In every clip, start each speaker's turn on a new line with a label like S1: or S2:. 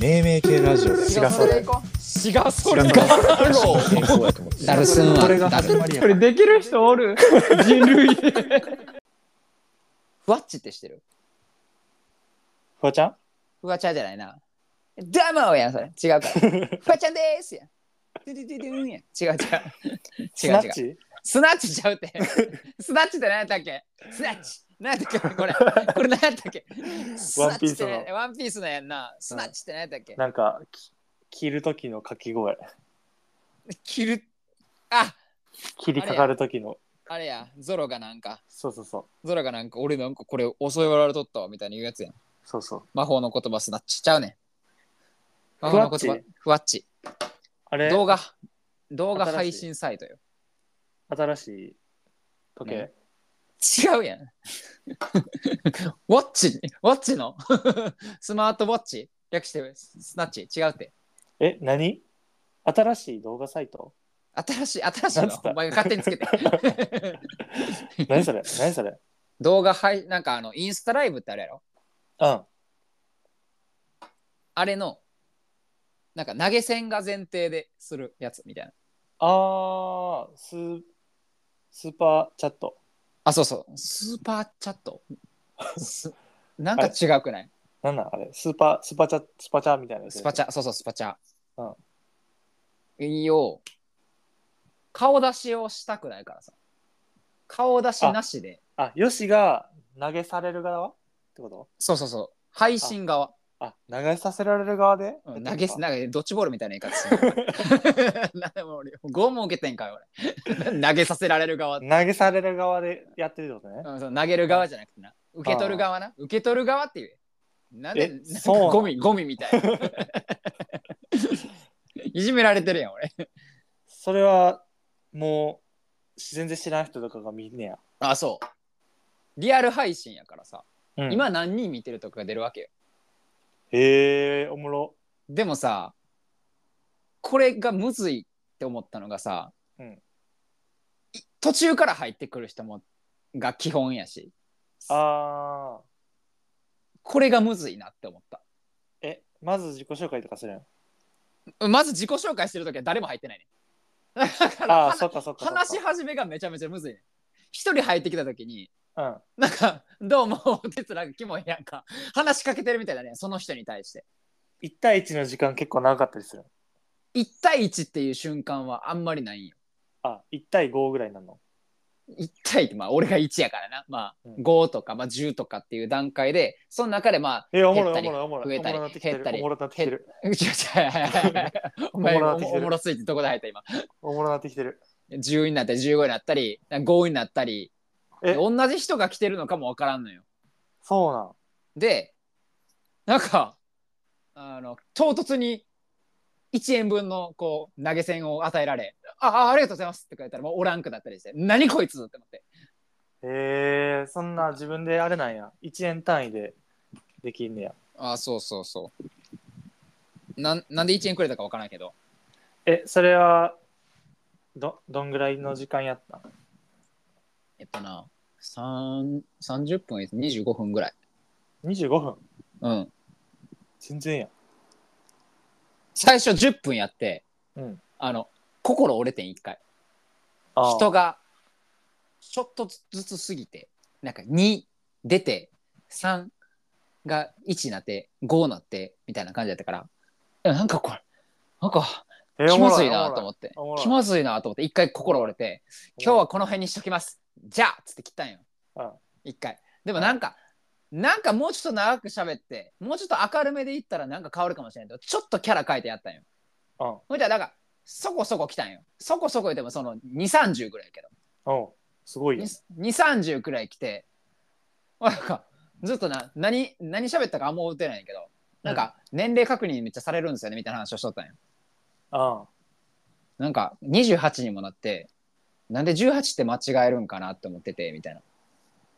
S1: 命名系ラジオだよ
S2: 違うそれ行こ
S3: 違うそれ
S1: 違う
S3: か
S1: 健康やと思って
S4: ダルスンは
S1: これが
S4: ダ
S1: 始
S4: ル
S1: まりや
S5: これできる人おる人類で
S4: ふわっちってしてる
S2: フワちゃん
S4: ふわちゃんじゃないなどうもやんそれ違うからふわちゃんでーすやんドゥドゥドゥドゥンやん違う違
S2: ス
S4: う違
S2: ナ
S4: う違
S2: ッ
S4: う
S2: チ
S4: スナッチちゃうって。スナッチって何やったっけスナッチ。何やったっけこれ。これ何やったっけスナッチって何やワンピースのやんな。スナッチって何やったっけ
S2: なんかき切る時の掛 け声
S4: 切る。あ
S2: 切りかかる時の
S4: あれや。ゾロがなんか。
S2: そうそうそう
S4: ゾロがなんか俺なんかこれ襲われとったわみたいな言うやつやん。
S2: そうそう
S4: 魔法の言葉スナッチちゃうねん。魔
S2: ふ
S4: 法の
S2: わっち
S4: 言葉ふわっち。
S2: あれ
S4: 動画。動画配信サイトよ。
S2: 新しい時計、
S4: ね違うやん。ウォッチウォッチの スマートウォッチ略してスナッチ違うって。
S2: え何新しい動画サ イト
S4: 新しい新しい
S2: なんつ
S4: の
S2: った
S4: お前が勝手につけて
S2: 何それ何それ
S4: 動画配なんかあのインスタライブってあれやろ
S2: うん
S4: あれのなんか投げ銭が前提でするやつみたいな
S2: あースースーパーチャット
S4: あそうそうスーパーチャッ トすなんか違くない
S2: なんなんあれスーパースーパーチャスパチャみたいなやつ
S4: スパチャそうそうスパチャ
S2: うん
S4: いいよ顔出しをしたくないからさ顔出しなしで
S2: あよしが投げされる側ってこと
S4: そうそうそう配信側
S2: あ投げさせられる側で、
S4: うん投げす
S2: な
S4: なんかドッジボールみたいな言い方する なんでも俺ゴムを受けてんかよ俺 投げさせられる側、うん
S2: 投げされる側でやってるってことね、
S4: そう投げる側じゃなくてな受け取る側な受け取る側っていうなんで
S2: え
S4: なんか
S2: そうなの
S4: ゴミゴミみたいないじめられてるやん俺
S2: それはもう全然知らん人とかが見んねや、
S4: あそうリアル配信やからさ、
S2: うん、
S4: 今何人見てるとかが出るわけよ
S2: へえおもろ
S4: でもさこれがむずいって思ったのがさ、
S2: うん
S4: い途中から入ってくる人もが基本やし
S2: あー
S4: これがむずいなって思っ
S2: えまず自己紹介とかするん
S4: たまず自己紹介してる時は誰も入ってないねだから
S2: ああ
S4: は
S2: ーそっかそっかそっか
S4: 話し始めがめちゃめちゃむずいね一人入ってきた時に
S2: うん
S4: なんか「どうも」ってつらがキモいやんか話しかけてるみたいだねその人に対して
S2: 1対1の時間結構長かったりする
S4: 1対1っていう瞬間はあんまりないんよ
S2: あ1対5ぐらいなの
S4: 1対1まあ俺が1やからなまあ
S2: うん
S4: 5とか、まあ、10とかっていう段階でその中でまあ
S2: えおもろ
S4: 減っ
S2: い
S4: たり
S2: おもろいおもろい
S4: 増え
S2: お
S4: た
S2: も
S4: り
S2: ろなってきて
S4: 減っ
S2: る
S4: たり
S2: おもろなってきてる
S4: 違う違 うお前
S2: おもろ
S4: お
S2: なってきてる
S4: おもろすぎてどこで入った今
S2: おもろなってきてる
S4: 10になったり15になったり5になったり
S2: え
S4: で同じ人が来てるのかもわからんのよ
S2: そうなん
S4: でなんかあの唐突に1円分のこう投げ銭を与えられ「ああありがとうございます」って書いたらもうおらんくなったりして「何こいつ!」って思って
S2: へえそんな自分であれなんや1円単位でできんねや
S4: あそうそうそうなんなんで1円くれたかわからんけど
S2: えそれはどどんぐらいの時間やったん
S4: えっとな3 30分25分ぐらい
S2: 25分
S4: うん
S2: 全然や
S4: 最初10分やって、
S2: うん
S4: あの心折れてん一回
S2: あー
S4: 人がちょっとずつ過ぎてなんか2出て3が1になって5になってみたいな感じだったからいやなんかこれなんか
S2: え
S4: 気
S2: おも
S4: ま
S2: ろ
S4: ず
S2: い
S4: いな
S2: おもろ
S4: と思って
S2: おもろい
S4: 気まずいなと思って一回心折れて今日はこの辺にしときますじゃあっつって切ったんよ
S2: うん
S4: 一回でもなんかなんかもうちょっと長く喋ってもうちょっと明るめでいったらなんか変わるかもしれんけどちょっとキャラ変えてやったんよ
S2: うん
S4: ほいだらなんかそこそこ来たんよそこそこ言ってもその2 3 0ぐらいやけど
S2: うんすごいよ
S4: 2 3 0くらい来てなんかずっとな何何喋ったかあんま覚えてないんやけどなんか年齢確認めっちゃされるんですよねみたいな話をしとったんよ
S2: あ
S4: なんか28にもなってなんで18って間違えるんかなって思っててみたいな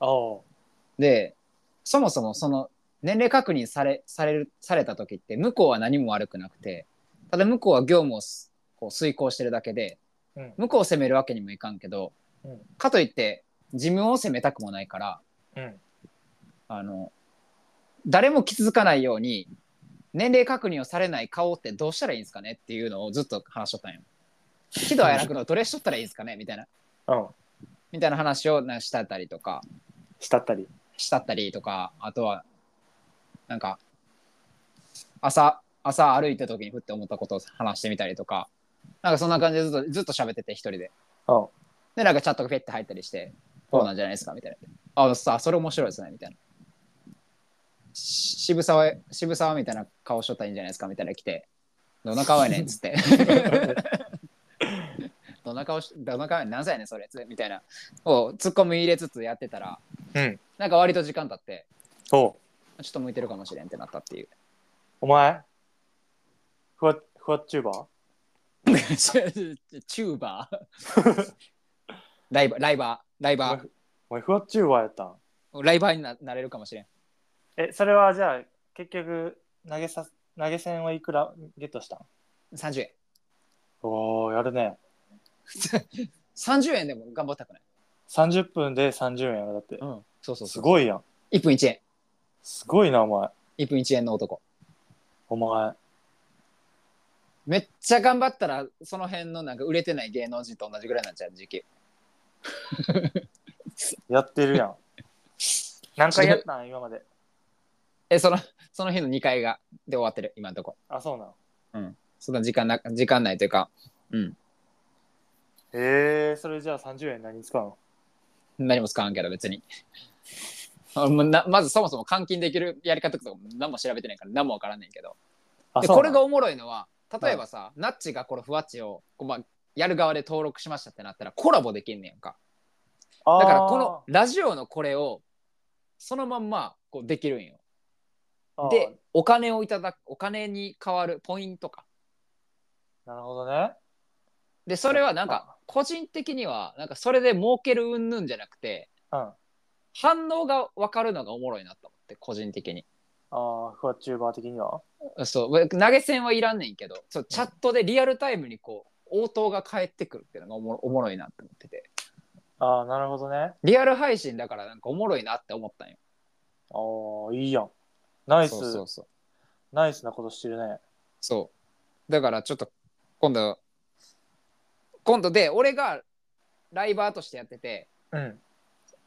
S2: あー
S4: でそもそもその年齢確認されされるされた時って向こうは何も悪くなくてただ向こうは業務をすこう遂行してるだけで
S2: うん
S4: 向こうを責めるわけにもいかんけど、
S2: うん
S4: かといって自分を責めたくもないから
S2: うん
S4: あの誰も気づかないように年齢確認をされない顔ってどうしたらいいんですかねっていうのをずっと話しとったんよ。喜怒哀楽のどれしとったらいいですかねみたいな、
S2: うん。
S4: みたいな話をなしたったりとか、
S2: したったり。
S4: したったりとか、あとは、なんか、朝、朝歩いた時にふって思ったことを話してみたりとか、なんかそんな感じでずっとずっと喋ってて一人で。
S2: うん。
S4: で、なんかチャットがペッて入ったりして、こうなんじゃないですかみたいな。あ、さそれ面白いですね、みたいな。し渋沢、渋沢みたいな顔しとったらいいんじゃないですかみたいな来て、どんな顔やねんっつ って。どんな顔し、どんな顔やねん、何歳やねん、それ、つってみたいな。を突っ込み入れつつやってたら、
S2: うん。
S4: なんか割と時間経って、
S2: おう
S4: ちょっと向いてるかもしれんってなったっていう。
S2: お前、ふわ、ふわっちゅうばー
S4: チューバーライバー、ライバー、ライバー。
S2: お前、ふわっちゅうばーやったん
S4: ライバーにななれるかもしれん。
S2: え、それはじゃあ、結局、投げさ、投げ銭はいくらゲットしたん
S4: 30円。
S2: おー、やるね。
S4: 30円でも頑張ったくない。
S2: 30分で30円やろ、だって。
S4: うん。そうそう
S2: す
S4: そう。
S2: ごいやん。
S4: 1分1円。
S2: すごいな、お前。
S4: 1分1円の男。
S2: お前。
S4: めっちゃ頑張ったら、その辺のなんか売れてない芸能人と同じぐらいになっちゃう時期。
S2: やってるや ん。何回やったん今まで。
S4: え、その、その日の2回が、で終わってる、今のとこ。
S2: あ、そうなの。
S4: そんな時間な、時間ないというか、
S2: えー、それじゃあ30円何に使うの
S4: 何も使わんけど別にあもうなまずそもそも換金できるやり方とかも何も調べてないから何も分からんねんけど
S2: あ、
S4: で
S2: そう
S4: こ
S2: な
S4: れ
S2: の
S4: がおもろいのは例えばさ、ナッチがこのふわっちをこう、まあ、やる側で登録しましたってなったらコラボできんねやんかだからこのラジオのこれをそのまんまこうできるんよ
S2: あー
S4: でお金をいただくお金に変わるポイントか
S2: あーなるほどね。
S4: でそれはなんか個人的にはなんかそれで儲けるうんぬんじゃなくて
S2: うん。あ
S4: 反応が分かるのがおもろいなと思って個人的に
S2: あ、ふわチューバー的には
S4: そう投げ銭はいらんねんけどそうチャットでリアルタイムにこう応答が返ってくるっていうのがおもろおもろいなって思ってて
S2: ああ、なるほどね。
S4: リアル配信だからなんかおもろいなって思ったんよ
S2: ああ、いいやん。ナイス
S4: そうそうそう
S2: ナイスなことしてるね。
S4: そうだからちょっと今度今度で俺がライバーとしてやってて
S2: うん。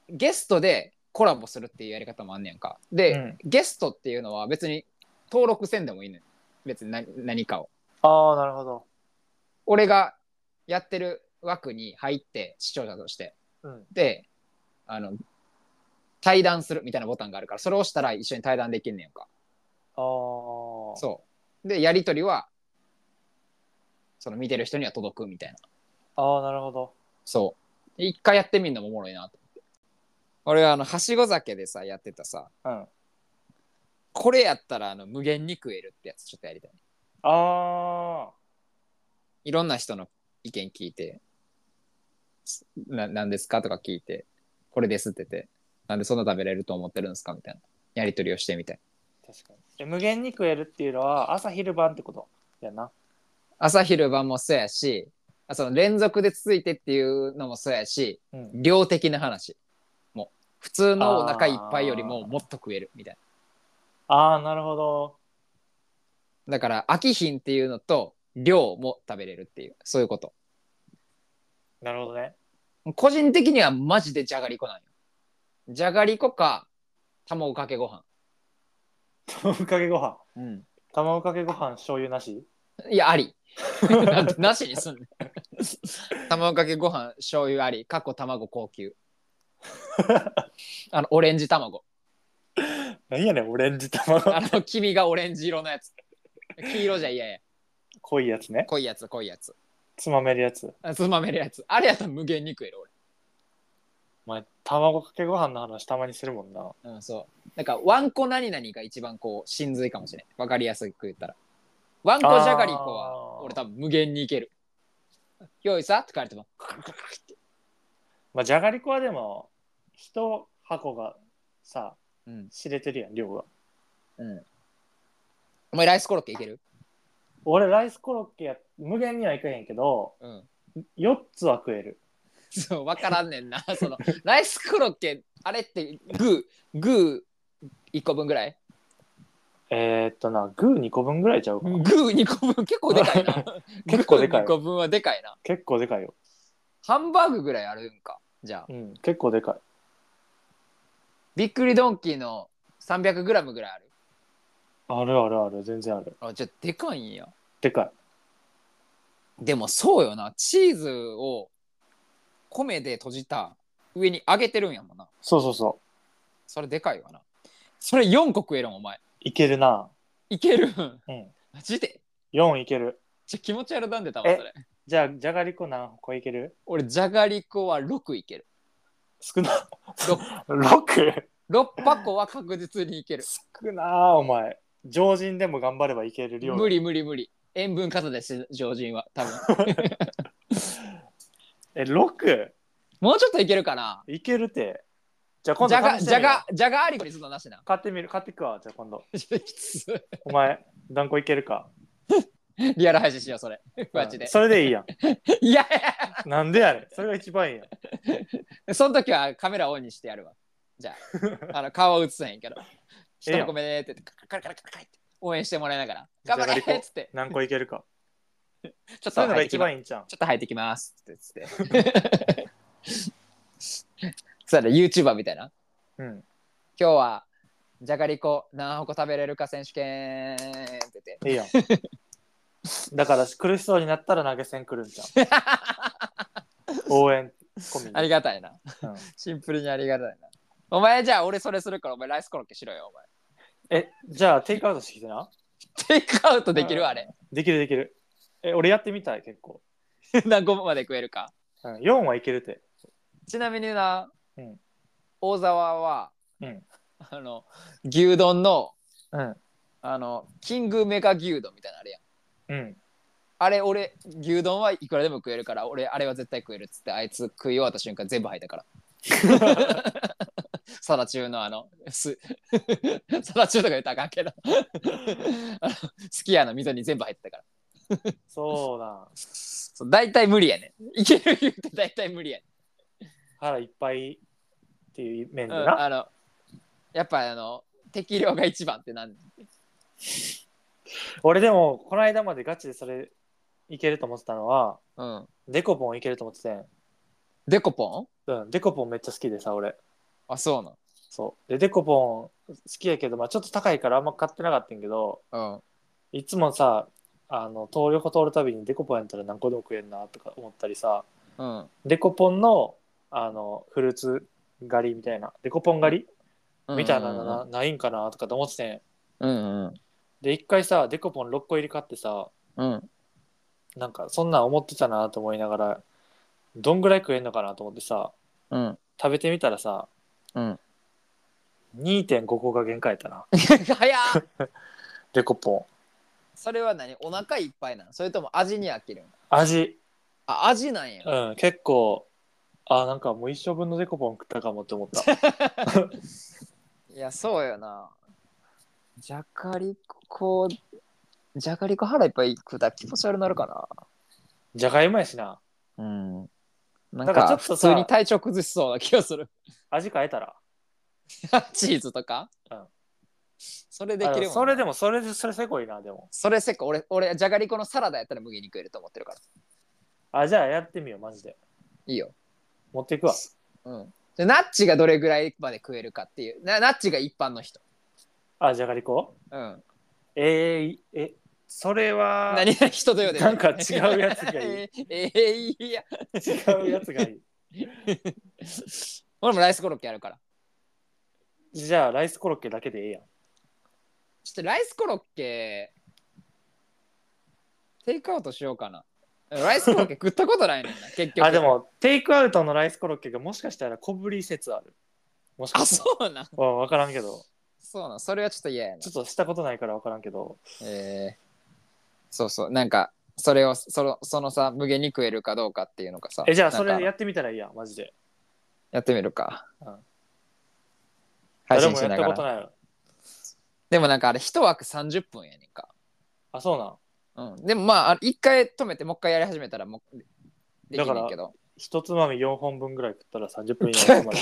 S4: ゲストでコラボするっていうやり方もあんねやんかで、
S2: うん
S4: ゲストっていうのは別に登録せんでもいいねん別に何何かを
S2: ああ、なるほど。
S4: 俺がやってる枠に入って視聴者として、
S2: うん
S4: であの対談するみたいなボタンがあるからそれを押したら一緒に対談できんねやんか
S2: ああ。
S4: そうでやり取りはその見てる人には届くみたいな
S2: ああ、なるほど。
S4: そうで一回やってみるのもおもろいなと思って俺はあのはしご酒でさやってたさ
S2: うん。あ
S4: これやったらあの無限に食えるってやつちょっとやりたい
S2: あ
S4: いろんな人の意見聞いて、すな何ですかとか聞いて、これですって言って、なんでそんな食べれると思ってるんですかみたいな。やり取りをしてみたい。
S2: ー、確かにえ。無限に食えるっていうのは朝昼晩ってことやな。
S4: 朝昼晩もそうやし、あその連続で続いてっていうのもそうやし、
S2: うん。
S4: 量的な話も。普通のお腹いっぱいよりももっと食えるみたい
S2: ああ、なるほど。
S4: な。だから、飽きひんっていうのと、量も食べれるっていう、そういうこと。
S2: なるほどね。
S4: 個人的にはマジでじゃがりこなんよ。じゃがりこか、卵かけご飯。
S2: 卵かけご飯。
S4: うん。
S2: 卵かけご飯醤油なし
S4: いや、あり。 なんでなしにすんねん。卵かけご飯、醤油あり、かっこ卵高 級。あの、オレンジ卵。
S2: 何やねん、オレンジ卵。
S4: あの、黄身がオレンジ色のやつ。黄色じゃ嫌や。
S2: 濃いやつね。
S4: 濃いやつ、濃いやつ。
S2: つまめるやつ。
S4: あつまめるやつ。あれやったら無限に食える、
S2: お前、卵かけご飯の話たまにするもんな。
S4: 俺。うん、そう。なんか、ワンコ何々が一番こう、真髄かもしれん。わかりやすく言ったら。ワンコじゃがりこは、
S2: あー
S4: 俺多分無限にいける。用意さって書かれても、
S2: まあ、じゃがりこはでも、一箱がさ、
S4: うん。
S2: 知れてるやん、量が。
S4: お前ライスコロッケいける
S2: 俺、ライスコロッケや、無限にはいかへんけど、
S4: うん。
S2: 4つは食える。
S4: そう、わからんねんな。 その、ライスコロッケ、あれって、グー、グー、1個分ぐらい
S2: えー、っとな、グー2個分ぐらいちゃうかな。
S4: グー2個分結構でかい な
S2: 結構でかい
S4: グー2個分はでかいな
S2: 結構でかいよ。
S4: ハンバーグぐらいあるんかじゃあ
S2: うん、結構でかい。
S4: びっくりドンキーの 300g ぐらいある
S2: あるあるある、全然ある。
S4: あじゃあでかいんや
S2: でかい。
S4: でもそうよなチーズを米で閉じた上に揚げてるんやもんな
S2: そうそうそ
S4: それでかいわなそれ4個食えるんお前
S2: う。いけるな。
S4: いけるん
S2: うん。
S4: マジで
S2: 4いける。
S4: ちょ気持ち悪なんでたわ
S2: え
S4: それ
S2: じゃあ、じゃがりこ何個いける
S4: 俺じゃがりこは6いける
S2: 少な。
S4: ろ
S2: 6?
S4: 6箱は確実にいける
S2: 少なー、お前。常人でも頑張ればいける量。
S4: 無理無理無理塩分過多です常人は多分
S2: え、6?
S4: もうちょっといけるかない
S2: けるって。じゃあ今
S4: じ
S2: 度
S4: ゃが
S2: 試し
S4: じ
S2: てみ
S4: ゃ
S2: よう
S4: がじゃがありこにするのなしな
S2: 買ってみる、買ってくわ。じゃあ今度。
S4: ちょっときつい
S2: お前、断固いけるか。
S4: リアル配信しようそれ マジで
S2: それでいいや
S4: いやい
S2: ん。なんでやねん。それが一番いいやん。
S4: やその時はカメラオンにしてやるわじゃああの顔は映さへんけど「
S2: ええやん
S4: 一ごめね」って言ってカラカラカラカラって応援してもらいながら「頑張れ!」
S2: じゃが
S4: っ
S2: りこ
S4: つって
S2: 何個いける か。
S4: 「ちょっと
S2: そういうの
S4: 入
S2: が
S4: ってき
S2: 一
S4: ます
S2: 番いいんちゃ
S4: ちょっと入ってきます」って言って そうだ YouTuber みたいな
S2: う。うん。
S4: 今日はじゃがりこ何個食べれるか選手権って言って
S2: いいやん。だから苦しそうになったら投げ銭来るんじゃん。 応援込み
S4: あり
S2: で。
S4: がたいな、
S2: うん
S4: シンプルにありがたいなお前じゃあ俺それするからお前ライスコロッケしろよお
S2: え、じゃあテイクアウトしてきてな。
S4: 前テイクアウトできる、あれ
S2: できるできる。え、俺やってみたい結構。
S4: 何個まで食えるか
S2: うん、4はいけるって。
S4: ちなみにな、
S2: うん
S4: 大沢は、
S2: うん
S4: あの牛丼の
S2: うん。
S4: あのキングメガ牛丼みたいなのあれやん
S2: うん。
S4: あれ俺牛丼はいくらでも食えるから俺あれは絶対食えるっつってあいつ食い終わった瞬間全部吐いた からサラ中のあのす サラ中とか言ったらあかんけどあのすき家の溝に全部入ってたから
S2: そうなん。
S4: そう大体無理やねんいける言うて大体無理やね
S2: 腹いっぱいっていう面
S4: ん、
S2: で
S4: うん
S2: な。
S4: あのやっぱあの適量が一番ってなん
S2: 俺でも、この間までガチでそれいけると思ってたのは、
S4: うん
S2: デコポンいけると思っててん。
S4: デコポン
S2: うん。デコポンめっちゃ好きでさ、俺。
S4: あそうな
S2: そう。で、デコポン好きやけど、まあちょっと高いからあんま買ってなかったんやけど、
S4: の
S2: いつもさ、あの、通り歩通るたびにデコポンやったら何個でも食えるなとか思ったりさ、
S4: うんうん
S2: デコポンの、あの、フルーツ狩りみたいな、デコポン狩りみたいなのな,、ないんかなとかと思っててん。
S4: うんうん
S2: で、一回さ、デコポン6個入り買ってさ、
S4: うんうん
S2: なんかそんなん思ってたなと思いながら、どんぐらい食えんのかなと思ってさ、
S4: うん
S2: 食べてみたらさ、
S4: うん
S2: 2.5個が限界やったな、
S4: 早っ
S2: デコポン。
S4: それは何お腹いっぱいなのそれとも味に飽きるの
S2: 味。
S4: あ味なんや
S2: うん、結構、あ、なんかもう一生分のデコポン食ったかもって思った。
S4: いやそうよなじゃがりこじゃがりこ腹いっぱい食うたら気持ち悪なるか
S2: じゃがいもやしな、
S4: なうんなん
S2: だからち
S4: か
S2: ょっとさ
S4: 普通に体調崩しそうな気がする
S2: 味変えたら。
S4: チーズとか、
S2: うん
S4: それできるもん
S2: あ
S4: な
S2: のそれでも、それで、それせこいな、でも。
S4: それせっか俺俺じゃがりこのサラダやったら無限に食えると思ってるから
S2: あ、じゃあやってみよう、マジで。
S4: いいよ
S2: 持っていくわ。
S4: うんでナッチがどれぐらいまで食えるかっていうなナッチが一般の人
S2: あ、じゃがりこ
S4: うん
S2: えーい、え、それは、
S4: 何人とよで
S2: なんか違うやつがいい。
S4: いええいや
S2: 違うやつがいい。
S4: 俺もライスコロッケやるから。
S2: じゃあ、ライスコロッケだけでええやん。
S4: ちょっとライスコロッケ、テイクアウトしようかな。ライスコロッケ食ったことないねん な、結局。
S2: あ、で。も、テイクアウトのライスコロッケがもしかしたら小ぶり説ある。もしか
S4: あ、
S2: した
S4: そうなん。
S2: ら。わからんけど、
S4: そうなん。それはちょっと嫌やな
S2: ちょ。っとしたことないからわからんけど、
S4: えー、そうそう。なんか、それを、その、そのさ、無限に食えるかどうかっていうのがさ。
S2: え、じゃあそ
S4: なん
S2: れ
S4: か
S2: やってみたらいいやん、マジで。
S4: やってみるか。
S2: うん
S4: 配
S2: 誰
S4: 信
S2: も
S4: し
S2: やっ
S4: な
S2: た
S4: が
S2: こと
S4: ら。
S2: ないよ。
S4: でもなんかあれ、一枠30分やねんか。
S2: あ、そうなん。
S4: うん。でもまあ、あれ一回止めて、もう一回やり始めたら、もう、できんねんけど。
S2: 一つまみ4本分ぐらい食ったら30分以内にまる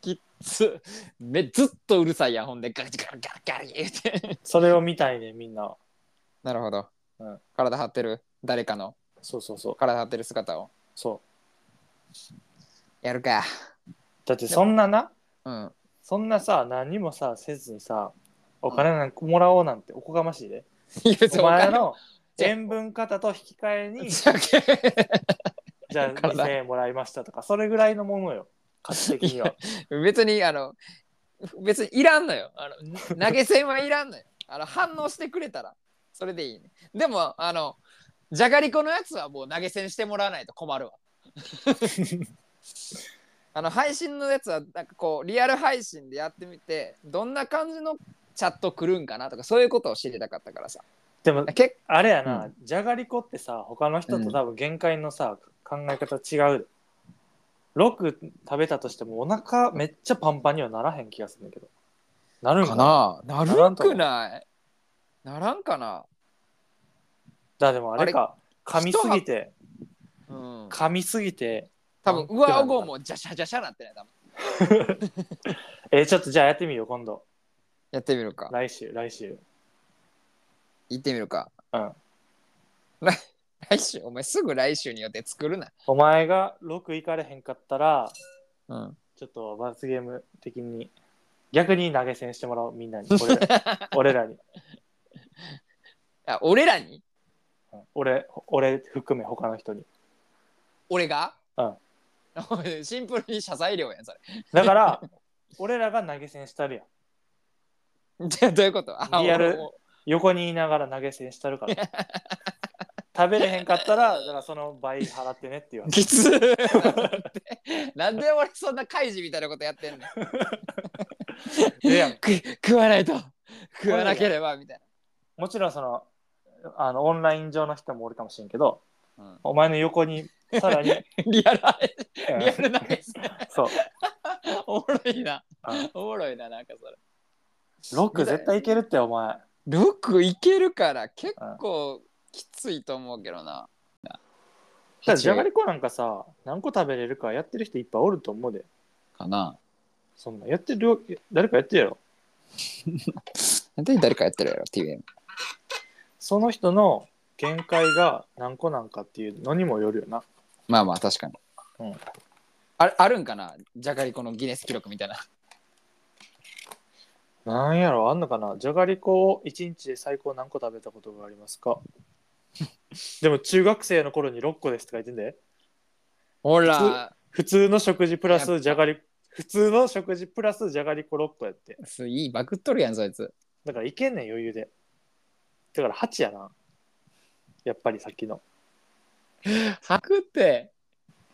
S4: きっつめずっとうるさいやんほんでガリガリガリガリ言うて
S2: それを見たいねみんな
S4: なるほど、
S2: うん
S4: 体張ってる誰かの
S2: そうそうそう
S4: 体張ってる姿を
S2: そう
S4: やるか
S2: だってそんなな
S4: うん
S2: そんなさ何もさせずにさお金なんかもらおうなんておこがましいで、
S4: いや別に
S2: お前
S4: の
S2: の塩分方と引き換えにじ
S4: じゃけ
S2: ゃあ
S4: 体
S2: 2000円もらいましたとかそれぐらいのものよ価値的には
S4: 別にあの別にいらんのよあの投げ銭はいらんのよあの反応してくれたらそれでいいねでもあのじゃがりこのやつはもう投げ銭してもらわないと困るわあの配信のやつはなんかこうリアル配信でやってみてどんな感じのチャット来るんかなとかそういうことを知りたかったからさ
S2: でも
S4: 結
S2: あれやな、じゃがりこってさ他の人と多分限界のさ、考え方違う6食べたとしてもお腹めっちゃパンパンにはならへん気がするんだけどなるん
S4: 構
S2: か
S4: か
S2: な
S4: なな
S2: なら
S4: る
S2: ん
S4: ん
S2: と思
S4: く
S2: う
S4: ないならんかな
S2: だでもあれか噛みすぎて
S4: うん
S2: 噛みすぎて
S4: 多分上顎もジャシャジャシャなってない多分
S2: えーちょっとじゃあやってみよう今度
S4: やってみるか
S2: 来週来週
S4: 行ってみるか。
S2: うん。
S4: 来 来週、お前すぐ来週によって作るな。
S2: お前が6行かれへんかったら
S4: うん。
S2: ちょっと罰ゲーム的に逆に投げ銭してもらおうみんなに俺ら 俺らに
S4: あ、俺らに
S2: うん俺俺含め他の人に
S4: 俺が
S2: うん。
S4: お前 シンプルに謝罪料やん、そ
S2: だから 俺らが投げ銭したる
S4: れ。
S2: やん
S4: じゃあどういうことあ
S2: リアル
S4: お お
S2: 横にいながら投げ銭したる から食べれへんかったらだからその倍払ってねって いう話
S4: きつー なんで俺そんな開示みたいなことやってんの
S2: ええやん
S4: く食わないと食わなければみたい
S2: もちろんそのあのオンライン上の人もおるかもしれんけど
S4: な、うん
S2: お前の横にさら に、
S4: リアルあれ
S2: うん
S4: リアルなですね
S2: そう
S4: おもろいな
S2: うん
S4: おもろいななんかそれ
S2: ロック絶対いけるってお前
S4: ルクいけるから結構きついと思うけどな。
S2: だからじゃがりこなんかさ何個食べれるかやってる人いっぱいおると思うで
S4: かな。
S2: そんなやってるわけ誰かやってるやろ
S4: なんで誰かやってるやろ ?TVM。
S2: その人の限界が何個なんかっていうのにもよるよな
S4: まあまあ確かに。
S2: うん
S4: あれあるんかなじゃがりこのギネス記録みたいな。
S2: なんやろあんのかなじゃがりこを1日で最高何個食べたことがありますか でも中学生の頃に6個ですって書いてんで
S4: ほら、
S2: 普通の食事プラ
S4: やっ
S2: スじゃがり普通の食事プラスじゃがりこ6個やって
S4: すいいバグっとるやん、そいつ。
S2: だからいけんねん余裕でだから8やなやっぱりさっきの
S4: 吐くって、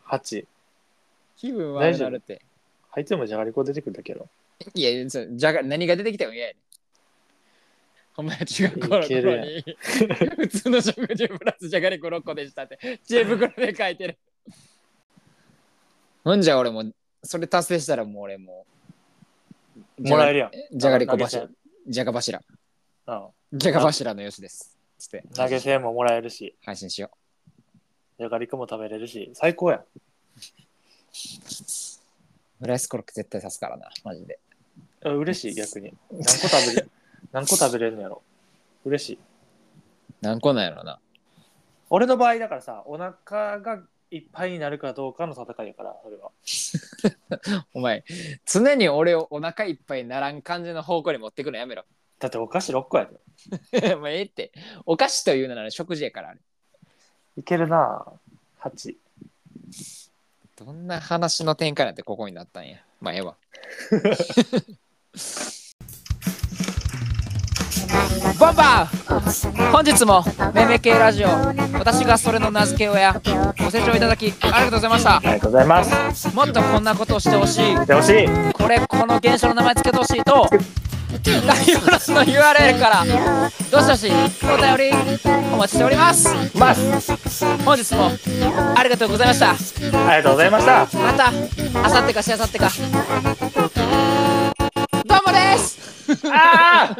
S2: 8
S4: 気分悪くなるって。
S2: 入ってもじゃがりこ出てくるだけやろ
S4: いや、そうじゃが何が出てきても嫌やねん。ほんまや中学校の
S2: いける
S4: 頃に普通の食事プラスじゃがりこ6個でしたって知恵袋で書いてる。ほんじゃ俺もそれ達成したらもう俺もう
S2: もらえるやん。
S4: じゃがりこ
S2: 投げ
S4: 柱
S2: 銭。
S4: じゃが柱。
S2: うん。
S4: じゃが柱のよしです。つって
S2: 投げ銭ももらえるし、
S4: 配信しよ
S2: じゃがりこも食べれるし、最高やん。
S4: う。フライスコロッケ絶対刺すからな、マジで。
S2: あ嬉しい、逆に。 何個食べれ、何個食べれるのやろ。嬉しい。
S4: 何個なんやろな。
S2: 俺の場合だからさ、お腹がいっぱいになるかどうかの戦いやから、それは。
S4: お前、常に俺をお腹いっぱいにならん感じの方向に持ってくのやめろ。
S2: だってお菓子6個や で。
S4: もうええって。お菓子というのなら食事やからあれ。
S2: いけるなぁ。8。
S4: どんな話の展開なんてここになったんや。まあええわ。 ボンバー本日もめめ系ラジオ私がそれの名付け親ご清聴いただきありがとうございました
S2: ありがとうございます。
S4: もっとこんなことをしてほしい
S2: で、ほしい。
S4: これこの現象の名前つけてほしいと概要欄の URL からどしどしお便りお待ちしております
S2: ます。
S4: 本日もありがとうございました
S2: ありがとうございました。
S4: またあさってかしあさってかどうもです
S2: ああ